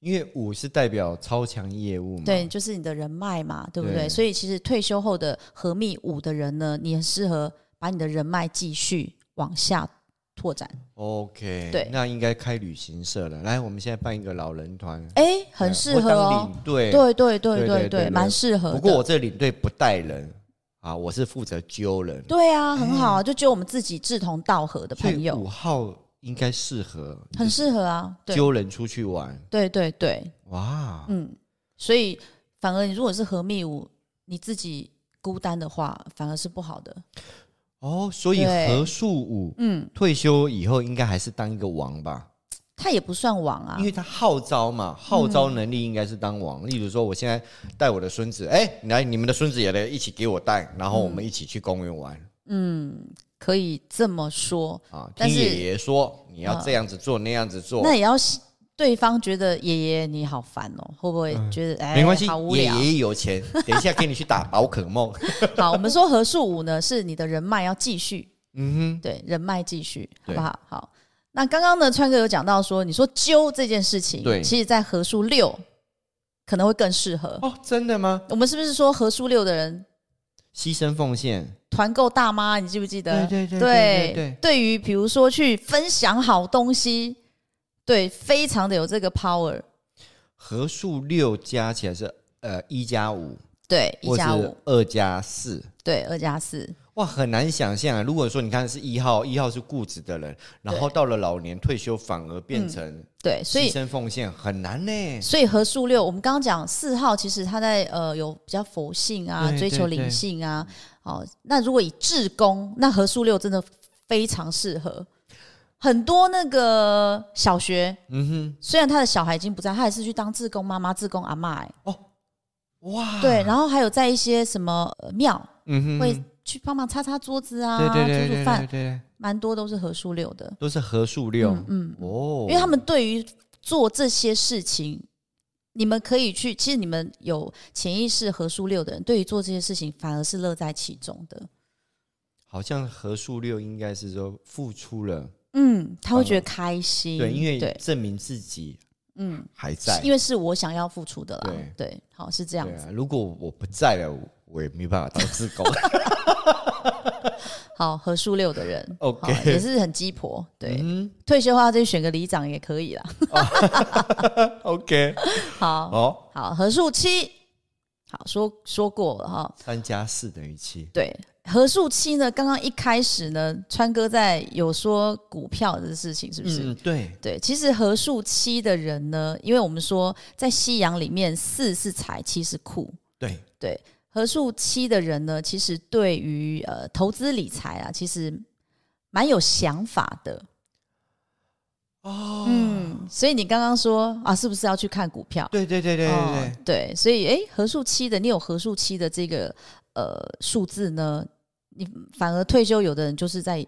[SPEAKER 1] 因为五是代表超强业务嘛，
[SPEAKER 2] 对，就是你的人脉嘛，对不对？
[SPEAKER 1] 对
[SPEAKER 2] 所以其实退休后的合密五的人呢，你很适合把你的人脉继续往下拓展，
[SPEAKER 1] ，OK，
[SPEAKER 2] 对
[SPEAKER 1] 那应该开旅行社了。来，我们现在办一个老人团，
[SPEAKER 2] 哎，很
[SPEAKER 1] 对
[SPEAKER 2] 适
[SPEAKER 1] 我
[SPEAKER 2] 合
[SPEAKER 1] 当
[SPEAKER 2] 哦。
[SPEAKER 1] 领队，
[SPEAKER 2] 对
[SPEAKER 1] 对
[SPEAKER 2] 对对
[SPEAKER 1] 对
[SPEAKER 2] 对
[SPEAKER 1] 对
[SPEAKER 2] 对，蛮适合的。
[SPEAKER 1] 不过我这领队不带人啊，我是负责揪人，
[SPEAKER 2] 对啊，很好啊，就只有我们自己志同道合的
[SPEAKER 1] 哎所
[SPEAKER 2] 朋
[SPEAKER 1] 以
[SPEAKER 2] 友
[SPEAKER 1] 五，号应该适合
[SPEAKER 2] 很适合啊。对
[SPEAKER 1] 揪人出去玩，
[SPEAKER 2] 对对对，
[SPEAKER 1] 哇，
[SPEAKER 2] 嗯，所以反而你如果是和密舞，你自己孤单的话，反而是不好的。
[SPEAKER 1] 哦，所以
[SPEAKER 2] 对
[SPEAKER 1] 合数五
[SPEAKER 2] 嗯，
[SPEAKER 1] 退休以后应该还是当一个王吧。
[SPEAKER 2] 他也不算网啊嗯
[SPEAKER 1] 因，为他号召嘛，号召能力应该是当王。例如说，我现在带我的孙子，哎、来，你们的孙子也来一起给我带，然后我们一起去公园玩、
[SPEAKER 2] 嗯，可以这么说，
[SPEAKER 1] 啊。听
[SPEAKER 2] 嗯但是啊
[SPEAKER 1] 爷爷说你要这样子做，那样子做，
[SPEAKER 2] 那也要是对方觉得爷爷你好烦哦，会不会觉得哎、
[SPEAKER 1] 嗯没关系
[SPEAKER 2] 好，无
[SPEAKER 1] 爷
[SPEAKER 2] 聊？
[SPEAKER 1] 爷有钱，等一下给你去打宝可 梦。
[SPEAKER 2] 好，我们说合数五呢，是你的人脉要继续，
[SPEAKER 1] 嗯
[SPEAKER 2] 对，人脉继续，好
[SPEAKER 1] 对
[SPEAKER 2] 不好？好。那刚刚呢，川哥有讲到说，你说揪这件事情，
[SPEAKER 1] 对
[SPEAKER 2] 其实在合数六可能会更适合。
[SPEAKER 1] 哼，哦，真的吗？
[SPEAKER 2] 我们是不是说合数六的人
[SPEAKER 1] 牺牲奉献，
[SPEAKER 2] 团购大妈，你记不记得？
[SPEAKER 1] 对对对对对对
[SPEAKER 2] 对于比如说去分享好东西，对，非常的有这个 power。
[SPEAKER 1] 合数六加起来是呃一加五，
[SPEAKER 2] 对，一
[SPEAKER 1] 或
[SPEAKER 2] 加五
[SPEAKER 1] 是，二加四。
[SPEAKER 2] 对，二加四，
[SPEAKER 1] 哇，很难想象啊！如果说你看是一号，一号是固执的人，然后到了老年退休反而变成
[SPEAKER 2] 对，嗯所以
[SPEAKER 1] 牺牲奉献，很难呢。
[SPEAKER 2] 所以合数六，我们刚刚讲四号，其实他在呃有比较佛性啊，
[SPEAKER 1] 对
[SPEAKER 2] 追求
[SPEAKER 1] 对对
[SPEAKER 2] 灵性啊。哦，那如果以志工，那合数六真的非常适合。很多那个小学，嗯哼，虽然他的小孩已经不在，他还是去当志工妈妈、志工阿妈、欸，
[SPEAKER 1] 哇，
[SPEAKER 2] 对，然后还有在一些什么呃庙、
[SPEAKER 1] 啊嗯哼，
[SPEAKER 2] 会去帮忙擦擦桌子啊，
[SPEAKER 1] 对对对
[SPEAKER 2] 煮
[SPEAKER 1] 对
[SPEAKER 2] 煮
[SPEAKER 1] 对
[SPEAKER 2] 饭
[SPEAKER 1] 对，对，
[SPEAKER 2] 蛮多都是合数六的。
[SPEAKER 1] 都是合数六，嗯哦，
[SPEAKER 2] 因为他们对于做这些事情，你们可以去，其实你们有潜意识和数六的人，对于做这些事情反而是乐在其中的。
[SPEAKER 1] 好像合数六应该是说付出了，
[SPEAKER 2] 嗯，他会觉得开心，
[SPEAKER 1] 对，因为
[SPEAKER 2] 嗯对，
[SPEAKER 1] 证明自己
[SPEAKER 2] 嗯，
[SPEAKER 1] 还
[SPEAKER 2] 是
[SPEAKER 1] 在，
[SPEAKER 2] 因为是我想要付出的啦，对，
[SPEAKER 1] 对
[SPEAKER 2] 好是这样
[SPEAKER 1] 对
[SPEAKER 2] 子，
[SPEAKER 1] 啊，如果我不在了，我我也没办法当自工。
[SPEAKER 2] 好和数六的人
[SPEAKER 1] OK
[SPEAKER 2] 好也是很鸡婆，对，
[SPEAKER 1] 嗯
[SPEAKER 2] 退休的话就选个里长也可以啦，
[SPEAKER 1] ，OK，
[SPEAKER 2] 好，
[SPEAKER 1] 哦，
[SPEAKER 2] 好和数七，好说说过了哈，
[SPEAKER 1] 三加四等于七，
[SPEAKER 2] 对，合数期呢，刚刚一开始呢，川哥在有说股票的事情，是不是？
[SPEAKER 1] 嗯，对，
[SPEAKER 2] 对，其实合数期的人呢，因为我们说在西洋里面，四是财，七是库。
[SPEAKER 1] 对，
[SPEAKER 2] 对，合数期的人呢，其实对于呃投资理财啊，其实蛮有想法的。
[SPEAKER 1] 哦，
[SPEAKER 2] 嗯，所以你刚刚说啊，是不是要去看股票？
[SPEAKER 1] 对对对对对
[SPEAKER 2] 哦对，所以诶，合数期的你有合数期的这个呃数字呢，你反而退休，有的人就是在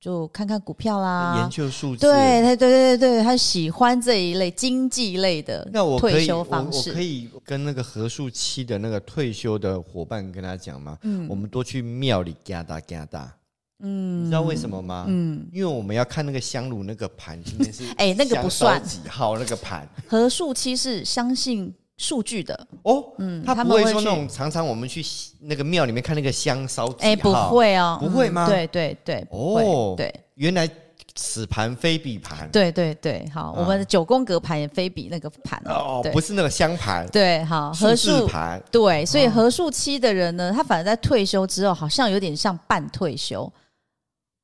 [SPEAKER 2] 就看看股票
[SPEAKER 1] 对，研
[SPEAKER 2] 啦，
[SPEAKER 1] 究数字，
[SPEAKER 2] 啊对，对对对对，他喜欢这一类经济类的
[SPEAKER 1] 那我可
[SPEAKER 2] 退
[SPEAKER 1] 以，
[SPEAKER 2] 休
[SPEAKER 1] 我
[SPEAKER 2] 方
[SPEAKER 1] 我可
[SPEAKER 2] 式。
[SPEAKER 1] 以跟那个合数期的那个退休的伙伴跟他讲吗？我们多去庙里嘎达嘎达，
[SPEAKER 2] 嗯
[SPEAKER 1] 你知道为什么吗？
[SPEAKER 2] 嗯，
[SPEAKER 1] 因为我们要看那个香炉那个盘，今天是
[SPEAKER 2] 哎那个不
[SPEAKER 1] 香烧
[SPEAKER 2] 算
[SPEAKER 1] 几号那个 盘
[SPEAKER 2] 合数期是相信数据的，
[SPEAKER 1] 哦，
[SPEAKER 2] 嗯，
[SPEAKER 1] 他
[SPEAKER 2] 他
[SPEAKER 1] 不
[SPEAKER 2] 们
[SPEAKER 1] 会
[SPEAKER 2] 会
[SPEAKER 1] 说
[SPEAKER 2] 去
[SPEAKER 1] 那，种常常我们去那个庙里面看那个香烧几号，
[SPEAKER 2] 哎，不，会哦，
[SPEAKER 1] 不会
[SPEAKER 2] 嗯
[SPEAKER 1] 吗
[SPEAKER 2] 对对对，不会
[SPEAKER 1] 哦
[SPEAKER 2] 对。
[SPEAKER 1] 原来此盘非彼盘，
[SPEAKER 2] 对对对，好，我们的九宫格盘也非比那个盘
[SPEAKER 1] 啊哦，
[SPEAKER 2] 对
[SPEAKER 1] 不是那个香盘，
[SPEAKER 2] 对，好，
[SPEAKER 1] 数字
[SPEAKER 2] 合数
[SPEAKER 1] 盘，
[SPEAKER 2] 对，所以合数期的人呢，他反而在退休之后，好像有点像半退休，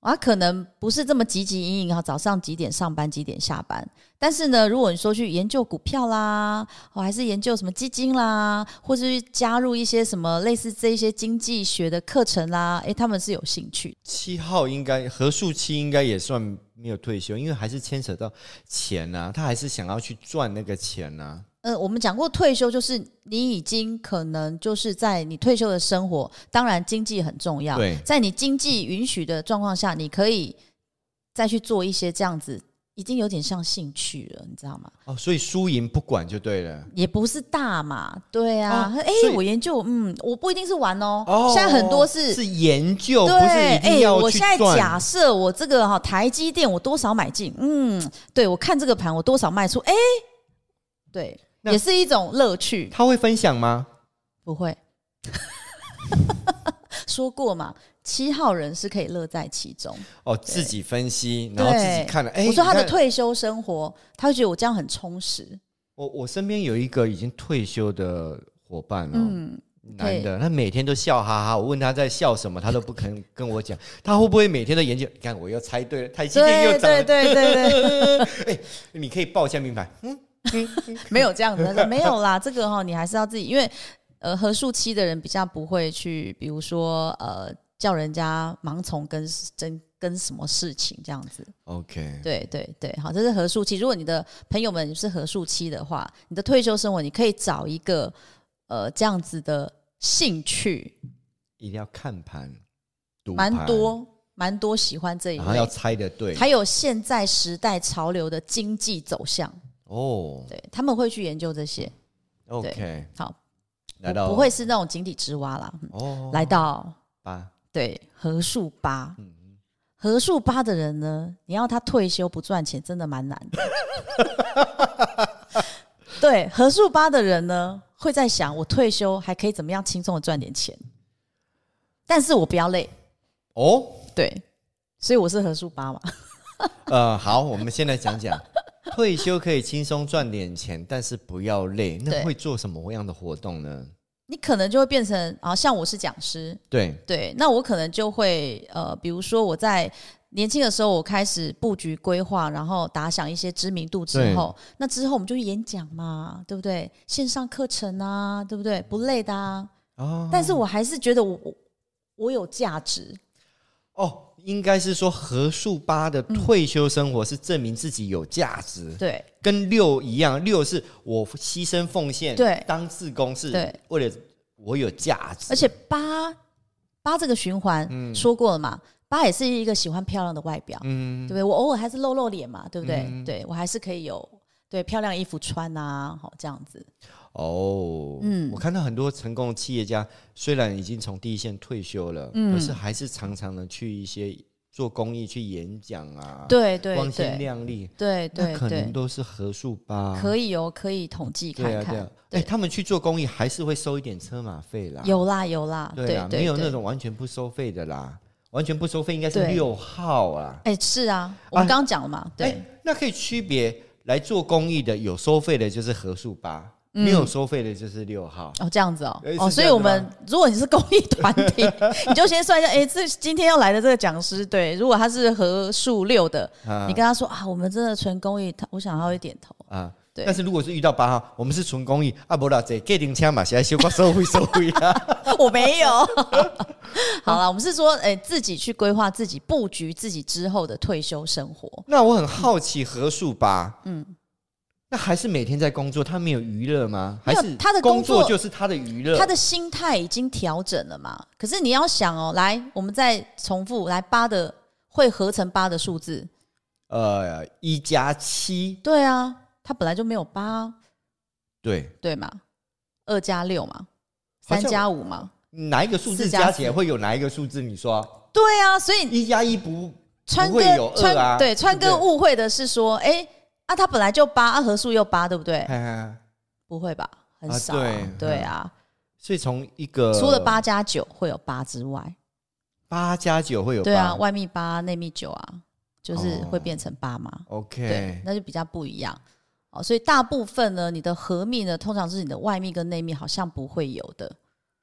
[SPEAKER 2] 啊，可能不是这么汲汲营营哈，早上几点上班，几点下班。但是呢，如果你说去研究股票啦，哦，还是研究什么基金啦，或者去加入一些什么类似这一些经济学的课程啦，诶，他们是有兴趣的。
[SPEAKER 1] 七号应该何树七应该也算没有退休，因为还是牵扯到钱呐、他还是想要去赚那个钱啊呐、
[SPEAKER 2] 呃，我们讲过退休就是你已经可能就是在你退休的生活，当然经济很重要。
[SPEAKER 1] 对
[SPEAKER 2] 在你经济允许的状况下，你可以再去做一些这样子，已经有点像兴趣了，你知道吗？
[SPEAKER 1] 哦，所以输赢不管就对了。
[SPEAKER 2] 也不是大嘛，对啊。
[SPEAKER 1] 哦
[SPEAKER 2] 哎、
[SPEAKER 1] 所以
[SPEAKER 2] 我研究，嗯，我不一定是玩哦，
[SPEAKER 1] 哦，
[SPEAKER 2] 现在很多是。
[SPEAKER 1] 是研究，
[SPEAKER 2] 对，哎
[SPEAKER 1] 不是一定要
[SPEAKER 2] 我
[SPEAKER 1] 去
[SPEAKER 2] 现在
[SPEAKER 1] 赚。
[SPEAKER 2] 假设我这个哈台积电我多少买进，嗯，对我看这个盘我多少卖出，哎、对，
[SPEAKER 1] 那
[SPEAKER 2] 也是一种乐趣。
[SPEAKER 1] 他会分享吗？
[SPEAKER 2] 不会， 说过嘛，七号人是可以乐在其中。
[SPEAKER 1] 哦，自己分析，然后自己看了。哎，
[SPEAKER 2] 我说他的
[SPEAKER 1] 你看，
[SPEAKER 2] 退休生活，他会觉得我这样很充实。
[SPEAKER 1] 我我身边有一个已经退休的伙伴哦，
[SPEAKER 2] 嗯，
[SPEAKER 1] 男的，他每天都笑哈哈。我问他在笑什么，他都不肯跟我讲。他会不会每天都研究？你看，我又猜对了，台积电又
[SPEAKER 2] 对
[SPEAKER 1] 涨
[SPEAKER 2] 对
[SPEAKER 1] 了。
[SPEAKER 2] 对对对，
[SPEAKER 1] 你可以报一下名牌，
[SPEAKER 2] 没有这样子，他说没有啦， 这个哈、你还是要自己，因为呃，合数期的人比较不会去，比如说呃，叫人家盲从跟跟跟什么事情这样子。
[SPEAKER 1] OK，
[SPEAKER 2] 对对对，好，这是合数期。如果你的朋友们是合数期的话，你的退休生活你可以找一个呃这样子的兴趣，
[SPEAKER 1] 一定要看盘，读
[SPEAKER 2] 蛮
[SPEAKER 1] 盘，
[SPEAKER 2] 多蛮多喜欢这一
[SPEAKER 1] 然后要
[SPEAKER 2] 类。
[SPEAKER 1] 猜的对
[SPEAKER 2] 还有现在时代潮流的经济走向，
[SPEAKER 1] 哦。
[SPEAKER 2] 对他们会去研究这些。
[SPEAKER 1] OK，
[SPEAKER 2] 好，
[SPEAKER 1] 来
[SPEAKER 2] 不
[SPEAKER 1] 到
[SPEAKER 2] 不会是那种井底之蛙啦。嗯
[SPEAKER 1] 哦，
[SPEAKER 2] 来到
[SPEAKER 1] 八
[SPEAKER 2] 对合数八，合数八的人呢，你要他退休不赚钱，真的蛮难的。对，合数八的人呢，会在想我退休还可以怎么样轻松的赚点钱，但是我不要累。
[SPEAKER 1] 哦，
[SPEAKER 2] 对，所以我是合数八嘛。
[SPEAKER 1] 呃，好，我们先来讲 讲退休可以轻松赚点钱，但是不要累。那
[SPEAKER 2] 对
[SPEAKER 1] 会做什么样的活动呢？
[SPEAKER 2] 你可能就会变成啊，像我是讲师，
[SPEAKER 1] 对，
[SPEAKER 2] 对，那我可能就会呃，比如说我在年轻的时候，我开始布局规划，然后打响一些知名度之后，那之后我们就去演讲嘛，对不对？线上课程啊，对不对？不累的啊，
[SPEAKER 1] 哦
[SPEAKER 2] 但是我还是觉得我我我有价值，
[SPEAKER 1] 哦，应该是说何树八的退休生活是证明自己有价值，
[SPEAKER 2] 对
[SPEAKER 1] 跟六一样，六是我牺牲奉献，
[SPEAKER 2] 对
[SPEAKER 1] 当志工是
[SPEAKER 2] 对
[SPEAKER 1] 为了我有价值，
[SPEAKER 2] 而且八八这个循环、说过了嘛，八也是一个喜欢漂亮的外表，对
[SPEAKER 1] 嗯
[SPEAKER 2] 不，对？我偶尔还是露露脸嘛，对不对？
[SPEAKER 1] 嗯
[SPEAKER 2] 对我还是可以有对漂亮衣服穿啊，好这样子，
[SPEAKER 1] 哦，
[SPEAKER 2] 嗯
[SPEAKER 1] 我看到很多成功的企业家，虽然已经从第一线退休了，
[SPEAKER 2] 嗯
[SPEAKER 1] 可是还是常常的去一些做公益、去演讲啊，
[SPEAKER 2] 对对
[SPEAKER 1] 光鲜
[SPEAKER 2] 对
[SPEAKER 1] 亮丽，
[SPEAKER 2] 对
[SPEAKER 1] 那
[SPEAKER 2] 对
[SPEAKER 1] 可能
[SPEAKER 2] 对，
[SPEAKER 1] 都是合数吧，
[SPEAKER 2] 可以哦，可以统计
[SPEAKER 1] 对
[SPEAKER 2] 看
[SPEAKER 1] 啊对
[SPEAKER 2] 看
[SPEAKER 1] 啊，，哎，他们去做公益还是会收一点车马费啦，
[SPEAKER 2] 有啦有啦，对
[SPEAKER 1] 对啦，
[SPEAKER 2] 对
[SPEAKER 1] 没有那
[SPEAKER 2] 对
[SPEAKER 1] 种完全不收费的啦，完全不收费应该是
[SPEAKER 2] 对
[SPEAKER 1] 六号啊，
[SPEAKER 2] 哎是啊，我们刚刚讲了嘛，对
[SPEAKER 1] 哎，那可以区别来做公益的，有收费的就是合数八，
[SPEAKER 2] 嗯
[SPEAKER 1] 没有收费的就是六号。
[SPEAKER 2] 哦，这样子哦
[SPEAKER 1] 哎，是
[SPEAKER 2] 哦，
[SPEAKER 1] 这
[SPEAKER 2] 所以
[SPEAKER 1] 样
[SPEAKER 2] 我
[SPEAKER 1] 子吗
[SPEAKER 2] 们如果你是公益团 体，你就先算一下，哎、这今天要来的这个讲师，对，如果他是合数六的，
[SPEAKER 1] 啊
[SPEAKER 2] 你跟他说啊，我们真的纯公益，他我想他会点头，
[SPEAKER 1] 啊。
[SPEAKER 2] 对
[SPEAKER 1] 但是如果是遇到八号，我们是纯公益，啊，不啦，这给零枪嘛，现在修过收费收费 啊。
[SPEAKER 2] 我 没有。好了，我们是说，哎、自己去规划自己布局自己之后的退休生活。
[SPEAKER 1] 那我很好奇何数八，嗯，那还是每天在工作，他没有娱乐吗？
[SPEAKER 2] 没
[SPEAKER 1] 还
[SPEAKER 2] 有
[SPEAKER 1] 是
[SPEAKER 2] 他的工
[SPEAKER 1] 工
[SPEAKER 2] 作
[SPEAKER 1] 就是他的娱乐？
[SPEAKER 2] 他的心态已经调整了嘛？可是你要想哦，来，我们再重复来八的会合成八的数字，
[SPEAKER 1] 呃一加七，
[SPEAKER 2] 对啊，他本来就没有八啊、
[SPEAKER 1] 对，
[SPEAKER 2] 对嘛？二加六嘛，
[SPEAKER 1] 好
[SPEAKER 2] 三
[SPEAKER 1] 像
[SPEAKER 2] 加五嘛，
[SPEAKER 1] 哪一个数字
[SPEAKER 2] 四加
[SPEAKER 1] 加起来会有哪一个数字？你说啊
[SPEAKER 2] 对啊，所以
[SPEAKER 1] 一加一不
[SPEAKER 2] 川
[SPEAKER 1] 不
[SPEAKER 2] 哥、
[SPEAKER 1] 会有二
[SPEAKER 2] 川
[SPEAKER 1] 啊？
[SPEAKER 2] 对川
[SPEAKER 1] 不
[SPEAKER 2] 哥误会的是说，哎、啊，他本来就八，啊，合数又八，对不对？
[SPEAKER 1] 哎哎
[SPEAKER 2] 不会吧？很
[SPEAKER 1] 啊
[SPEAKER 2] 少啊、
[SPEAKER 1] 对呃
[SPEAKER 2] 对啊，
[SPEAKER 1] 所以从一个
[SPEAKER 2] 除了八加九会有八之外，
[SPEAKER 1] 八加九会有
[SPEAKER 2] 对啊，
[SPEAKER 1] 八
[SPEAKER 2] 外密八、内密九啊，就是
[SPEAKER 1] 哦
[SPEAKER 2] 会变成八嘛。对
[SPEAKER 1] ，OK，，
[SPEAKER 2] 那就比较不一样。哦，所以大部分呢，你的合密呢，通常是你的外密跟内密好像不会有的。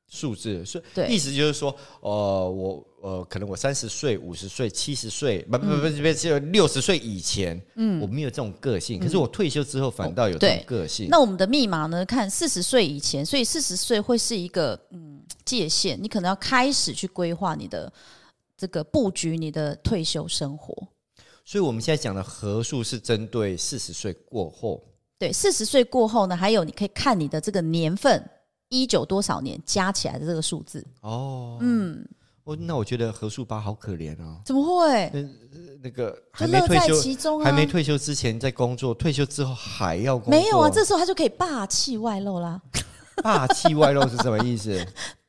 [SPEAKER 1] 数字，所以
[SPEAKER 2] 对
[SPEAKER 1] 意思就是说，呃，我呃，可能我三十岁、五十岁、七十岁，不不
[SPEAKER 2] 嗯
[SPEAKER 1] 不，这边是六十岁以前，嗯，我没有这种个性，可是我退休之后反倒有这种
[SPEAKER 2] 嗯对
[SPEAKER 1] 个性。
[SPEAKER 2] 那我们的密码呢？看四十岁以前，所以四十岁会是一个嗯界限，你可能要开始去规划你的这个布局，你的退休生活。
[SPEAKER 1] 所以我们现在讲的合数是针对四十岁过后，
[SPEAKER 2] 对，四十岁过后呢，还有你可以看你的这个年份一九多少年加起来的这个数字。
[SPEAKER 1] 哦，
[SPEAKER 2] 嗯，
[SPEAKER 1] 哦，那我觉得合数八好可怜哦，
[SPEAKER 2] 怎么会？
[SPEAKER 1] 那个
[SPEAKER 2] 就
[SPEAKER 1] 还没
[SPEAKER 2] 乐
[SPEAKER 1] 退
[SPEAKER 2] 在
[SPEAKER 1] 休，
[SPEAKER 2] 其中啊！
[SPEAKER 1] 还没退休之前在工作，退休之后还要工作，
[SPEAKER 2] 没有啊，这时候他就可以霸气外露啦。
[SPEAKER 1] 霸气外露是什么意 思？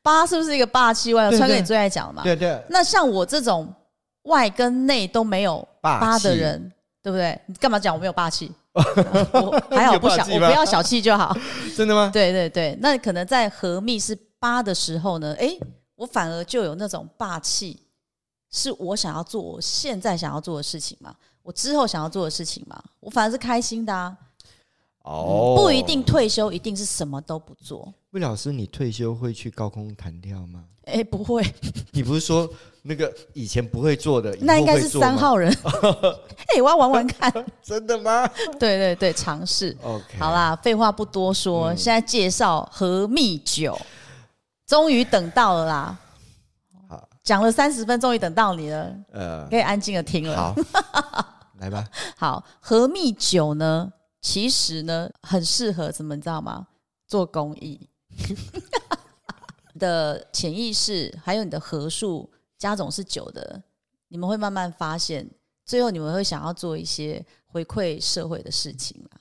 [SPEAKER 2] 八是不是一个霸气外露？
[SPEAKER 1] 对
[SPEAKER 2] 川哥，
[SPEAKER 1] 对
[SPEAKER 2] 你最爱讲了嘛？
[SPEAKER 1] 对对，
[SPEAKER 2] 那像我这种外跟内都没有
[SPEAKER 1] 霸
[SPEAKER 2] 八
[SPEAKER 1] 气
[SPEAKER 2] 的人，对不对？你干嘛讲我没有 霸气？我还好不小，
[SPEAKER 1] 你
[SPEAKER 2] 我
[SPEAKER 1] 有霸气吗
[SPEAKER 2] 不要小气就好。
[SPEAKER 1] 真的吗？
[SPEAKER 2] 对对对，那可能在合密是八的时候呢，诶，我反而就有那种霸气，是我想要做我现在想要做的事情嘛，我之后想要做的事情嘛，我反而是开心的啊。
[SPEAKER 1] 哦，
[SPEAKER 2] 不一定退休一定是什么都不做，
[SPEAKER 1] 魏老师，你退休会去高空弹跳吗？
[SPEAKER 2] 诶，不会，
[SPEAKER 1] 你不是说那个以前不会做的，以后
[SPEAKER 2] 那应该是
[SPEAKER 1] 会做吗
[SPEAKER 2] 三，号人。 诶，我要玩玩看。
[SPEAKER 1] 真的吗
[SPEAKER 2] 对对对，尝试。
[SPEAKER 1] ？OK，嗯
[SPEAKER 2] 好，啦，废话不多说，现在介绍和蜜酒，终于等到了啦
[SPEAKER 1] 好。
[SPEAKER 2] 讲了三十分，终于等到你了，
[SPEAKER 1] 呃，
[SPEAKER 2] 可以安静的听了。
[SPEAKER 1] 好， 来吧，
[SPEAKER 2] 好，和蜜酒呢，其实呢很适合怎么，你知道吗？做公益。你的潜意识还有你的合数加总是九的，你们会慢慢发现，最后你们会想要做一些回馈社会的事情啊啦。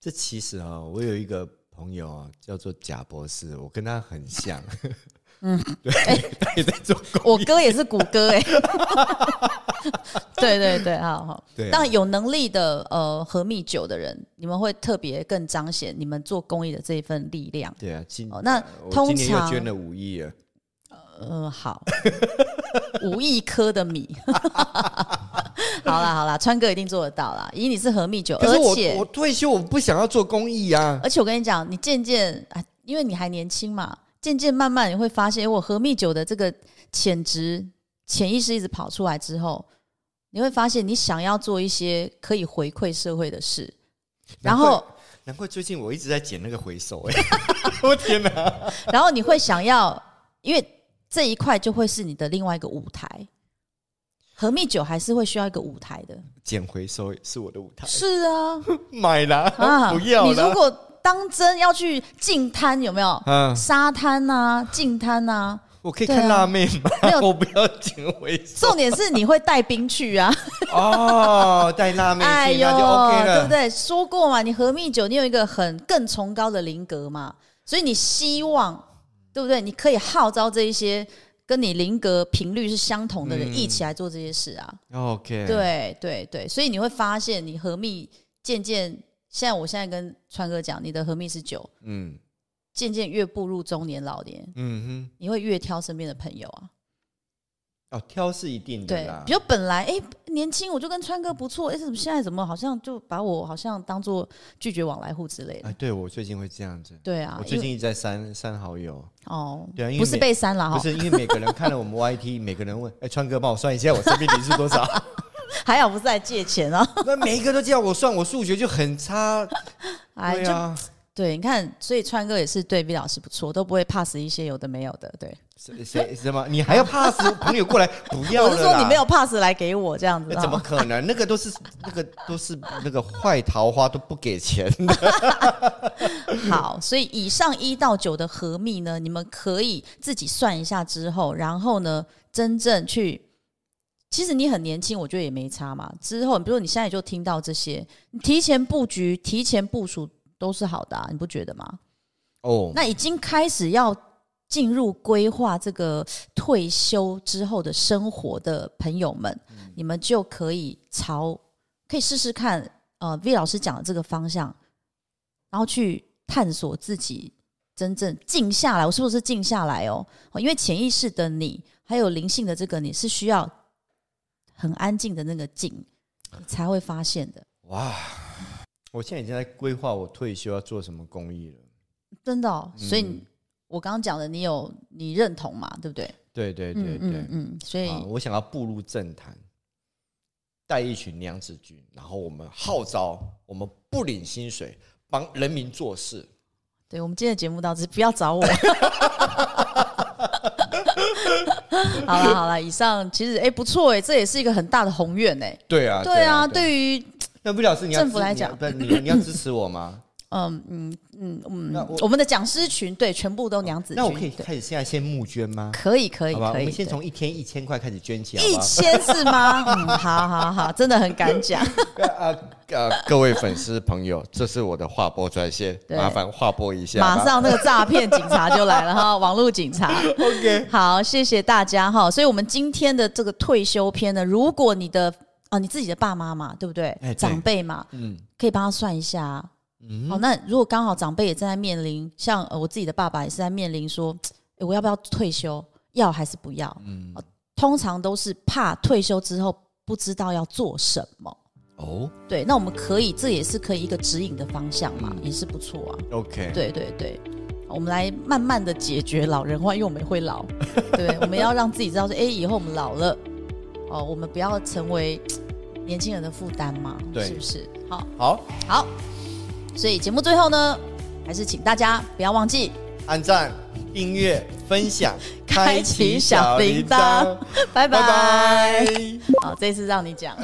[SPEAKER 1] 这其实啊、我有一个朋友啊，叫做贾博士，我跟他很 像，嗯， 对，他也在做工，
[SPEAKER 2] 我哥也是谷歌哎、 对对对，好好。
[SPEAKER 1] 对啊、
[SPEAKER 2] 但有能力的呃和蜜酒的人，你们会特别更彰显你们做公益的这一份力量。
[SPEAKER 1] 对啊，今
[SPEAKER 2] 哦那
[SPEAKER 1] 我
[SPEAKER 2] 通
[SPEAKER 1] 今年又
[SPEAKER 2] 常
[SPEAKER 1] 捐了五亿了，
[SPEAKER 2] 嗯、好， 五亿颗的米。 好啦好啦，川哥一定做得到啦，以你是和蜜酒，
[SPEAKER 1] 可是
[SPEAKER 2] 而
[SPEAKER 1] 我我
[SPEAKER 2] 且
[SPEAKER 1] 退休我不想要做公益啊，
[SPEAKER 2] 而且我跟你讲，你渐渐啊，因为你还年轻嘛，渐渐慢慢你会发现，诶我和蜜酒的这个潜质、潜意识一直跑出来之后，你会发现你想要做一些可以回馈社会的事，然后
[SPEAKER 1] 难怪最近我一直在捡那个回收、哎， 我天哪！
[SPEAKER 2] 然后你会想要，因为这一块就会是你的另外一个舞台。和蜜酒还是会需要一个舞台的，
[SPEAKER 1] 捡回收是我的舞台，
[SPEAKER 2] 是啊，
[SPEAKER 1] 买啦，
[SPEAKER 2] 啊，
[SPEAKER 1] 不要
[SPEAKER 2] 你如
[SPEAKER 1] 啦。
[SPEAKER 2] 果当真要去净滩，有没有？
[SPEAKER 1] 嗯，
[SPEAKER 2] 沙滩啊，净滩啊，
[SPEAKER 1] 我可以
[SPEAKER 2] 对
[SPEAKER 1] 看
[SPEAKER 2] 啊
[SPEAKER 1] 辣妹吗？
[SPEAKER 2] 没 有
[SPEAKER 1] 我不要捡回 收
[SPEAKER 2] 重点是你会带兵去啊！
[SPEAKER 1] 哦，带辣妹
[SPEAKER 2] 哎
[SPEAKER 1] 去
[SPEAKER 2] 呦
[SPEAKER 1] 那就 OK，
[SPEAKER 2] 对不
[SPEAKER 1] 了。
[SPEAKER 2] 对？说过嘛，你和蜜酒，你有一个很更崇高的灵格嘛，所以你希望，对不对？你可以号召这一些跟你灵格频率是相同的人
[SPEAKER 1] 嗯
[SPEAKER 2] 一起来做这些事啊！
[SPEAKER 1] OK，，
[SPEAKER 2] 对对对，所以你会发现，你和蜜渐渐，现在我现在跟川哥讲，你的和蜜是酒，
[SPEAKER 1] 嗯
[SPEAKER 2] 渐渐越步入中年老年，
[SPEAKER 1] 嗯
[SPEAKER 2] 你会越挑身边的朋友啊。
[SPEAKER 1] 哼，哦，挑是一定的
[SPEAKER 2] 对
[SPEAKER 1] 啦，。
[SPEAKER 2] 比如本来哎、诶年轻，我就跟川哥不错，哎、怎么现在怎么好像就把我好像当做拒绝往来户之类的？
[SPEAKER 1] 哎，对我最近会这样子，
[SPEAKER 2] 对啊
[SPEAKER 1] 我，最
[SPEAKER 2] 因为
[SPEAKER 1] 近一直在删删好友，
[SPEAKER 2] 哦，
[SPEAKER 1] 对啊因为
[SPEAKER 2] 不是
[SPEAKER 1] 每
[SPEAKER 2] 被删了
[SPEAKER 1] 不
[SPEAKER 2] 哈，
[SPEAKER 1] 是因为每个人看了我们 YT，每个 人问，哎，川哥帮我算一下我生命点是多少？
[SPEAKER 2] 还好不是来借 钱啊，
[SPEAKER 1] 那每一个都叫我算，我数学就很差。
[SPEAKER 2] 哎，
[SPEAKER 1] 对
[SPEAKER 2] 就
[SPEAKER 1] 啊，
[SPEAKER 2] 对，你看，所以川哥也是对 V 老师不错，都不会 pass 一些有的没有的，对。
[SPEAKER 1] 谁谁什么？你还要 pass 朋友过 来？不要
[SPEAKER 2] 我
[SPEAKER 1] 了
[SPEAKER 2] 是说
[SPEAKER 1] 啦哎
[SPEAKER 2] 你没有 pass 来给我这样子
[SPEAKER 1] 那怎么
[SPEAKER 2] 啊，
[SPEAKER 1] 可能？那个都是那个都是那个坏桃花都不给钱。
[SPEAKER 2] 好，所以以上一到九的合密呢，你们可以自己算一下之后，然后呢，真正去。其实你很年轻，我觉得也没差嘛。之后，比如说你现在就听到这些，你提前布局、提前部署都是好的、啊，你不觉得吗？
[SPEAKER 1] 哦，
[SPEAKER 2] 那已经开始要进入规划这个退休之后的生活的朋友们，你们就可以朝可以试试看，呃，V 老师讲的这个方向，然后去探索自己真正静下来。我是不是静下来哦？哦因为潜意识的你，还有灵性的这个你是需要很安静的那个静，你才会发现的。
[SPEAKER 1] 哇！我现在已经在规划我退休要做什么公益了。
[SPEAKER 2] 真的、哦，所以你、
[SPEAKER 1] 嗯
[SPEAKER 2] 我刚刚讲的，你有你认同嘛？对不对？
[SPEAKER 1] 对对对
[SPEAKER 2] 嗯
[SPEAKER 1] 对
[SPEAKER 2] 嗯，嗯，所以
[SPEAKER 1] 啊，我想要步入政坛，带一群娘子军，然后我们号召，我们不领薪水，帮人民做事。
[SPEAKER 2] 对我们今天的节目到此，不要找我。 好了好了，以上其实哎、不错哎、这也是一个很大的宏愿哎、
[SPEAKER 1] 对啊，
[SPEAKER 2] 对啊，
[SPEAKER 1] 对。
[SPEAKER 2] 对于
[SPEAKER 1] 那魏老师，你要
[SPEAKER 2] 政府
[SPEAKER 1] 支
[SPEAKER 2] 来
[SPEAKER 1] 你要
[SPEAKER 2] 讲
[SPEAKER 1] 不是你你要支持我 吗？
[SPEAKER 2] 嗯嗯嗯嗯
[SPEAKER 1] 那我
[SPEAKER 2] 我们的讲师群对全部都娘子群，
[SPEAKER 1] 那我可以
[SPEAKER 2] 对
[SPEAKER 1] 开始现在先募捐吗？
[SPEAKER 2] 可以可以
[SPEAKER 1] 好吧，我
[SPEAKER 2] 可以，
[SPEAKER 1] 们先
[SPEAKER 2] 对
[SPEAKER 1] 从一天一千块开始捐起，好
[SPEAKER 2] 一
[SPEAKER 1] 不好？
[SPEAKER 2] 千是吗？嗯，好好好，真的很敢讲。
[SPEAKER 1] 呃呃，各位粉丝朋友，这是我的划拨专线，
[SPEAKER 2] 对
[SPEAKER 1] 麻烦划拨一下吧。
[SPEAKER 2] 马上那个诈骗警察就来了哈，网络警察。
[SPEAKER 1] OK
[SPEAKER 2] 好，谢谢大家哈。所以，我们今天的这个退休篇呢，如果你的啊、你自己的爸妈嘛，对不对？
[SPEAKER 1] 哎对
[SPEAKER 2] 长辈嘛，
[SPEAKER 1] 嗯
[SPEAKER 2] 可以帮他算一下、啊。
[SPEAKER 1] 嗯
[SPEAKER 2] 好，那如果刚好长辈也正在面临，像、呃、我自己的爸爸也是在面临说，诶我要不要退休？要还是不要？
[SPEAKER 1] 嗯
[SPEAKER 2] 通常都是怕退休之后不知道要做什么。
[SPEAKER 1] 哦
[SPEAKER 2] 对，那我们可以，这也是可以一个指引的方向嘛，
[SPEAKER 1] 嗯
[SPEAKER 2] 也是不错啊。
[SPEAKER 1] ，OK，
[SPEAKER 2] 对对对，我们来慢慢的解决老人化，因为我们也 会老，对，我们要让自己知道说，哎、以后我们老了，哦，我们不要成为嘖年轻人的负担嘛，
[SPEAKER 1] 对
[SPEAKER 2] 是不是？好，
[SPEAKER 1] 好，
[SPEAKER 2] 好，所以节目最后呢，还是请大家不要忘记
[SPEAKER 1] 按赞、订阅、分享，
[SPEAKER 2] 开启小铃铛，，
[SPEAKER 1] 拜
[SPEAKER 2] 拜拜。
[SPEAKER 1] 拜。
[SPEAKER 2] 好，这次让你讲。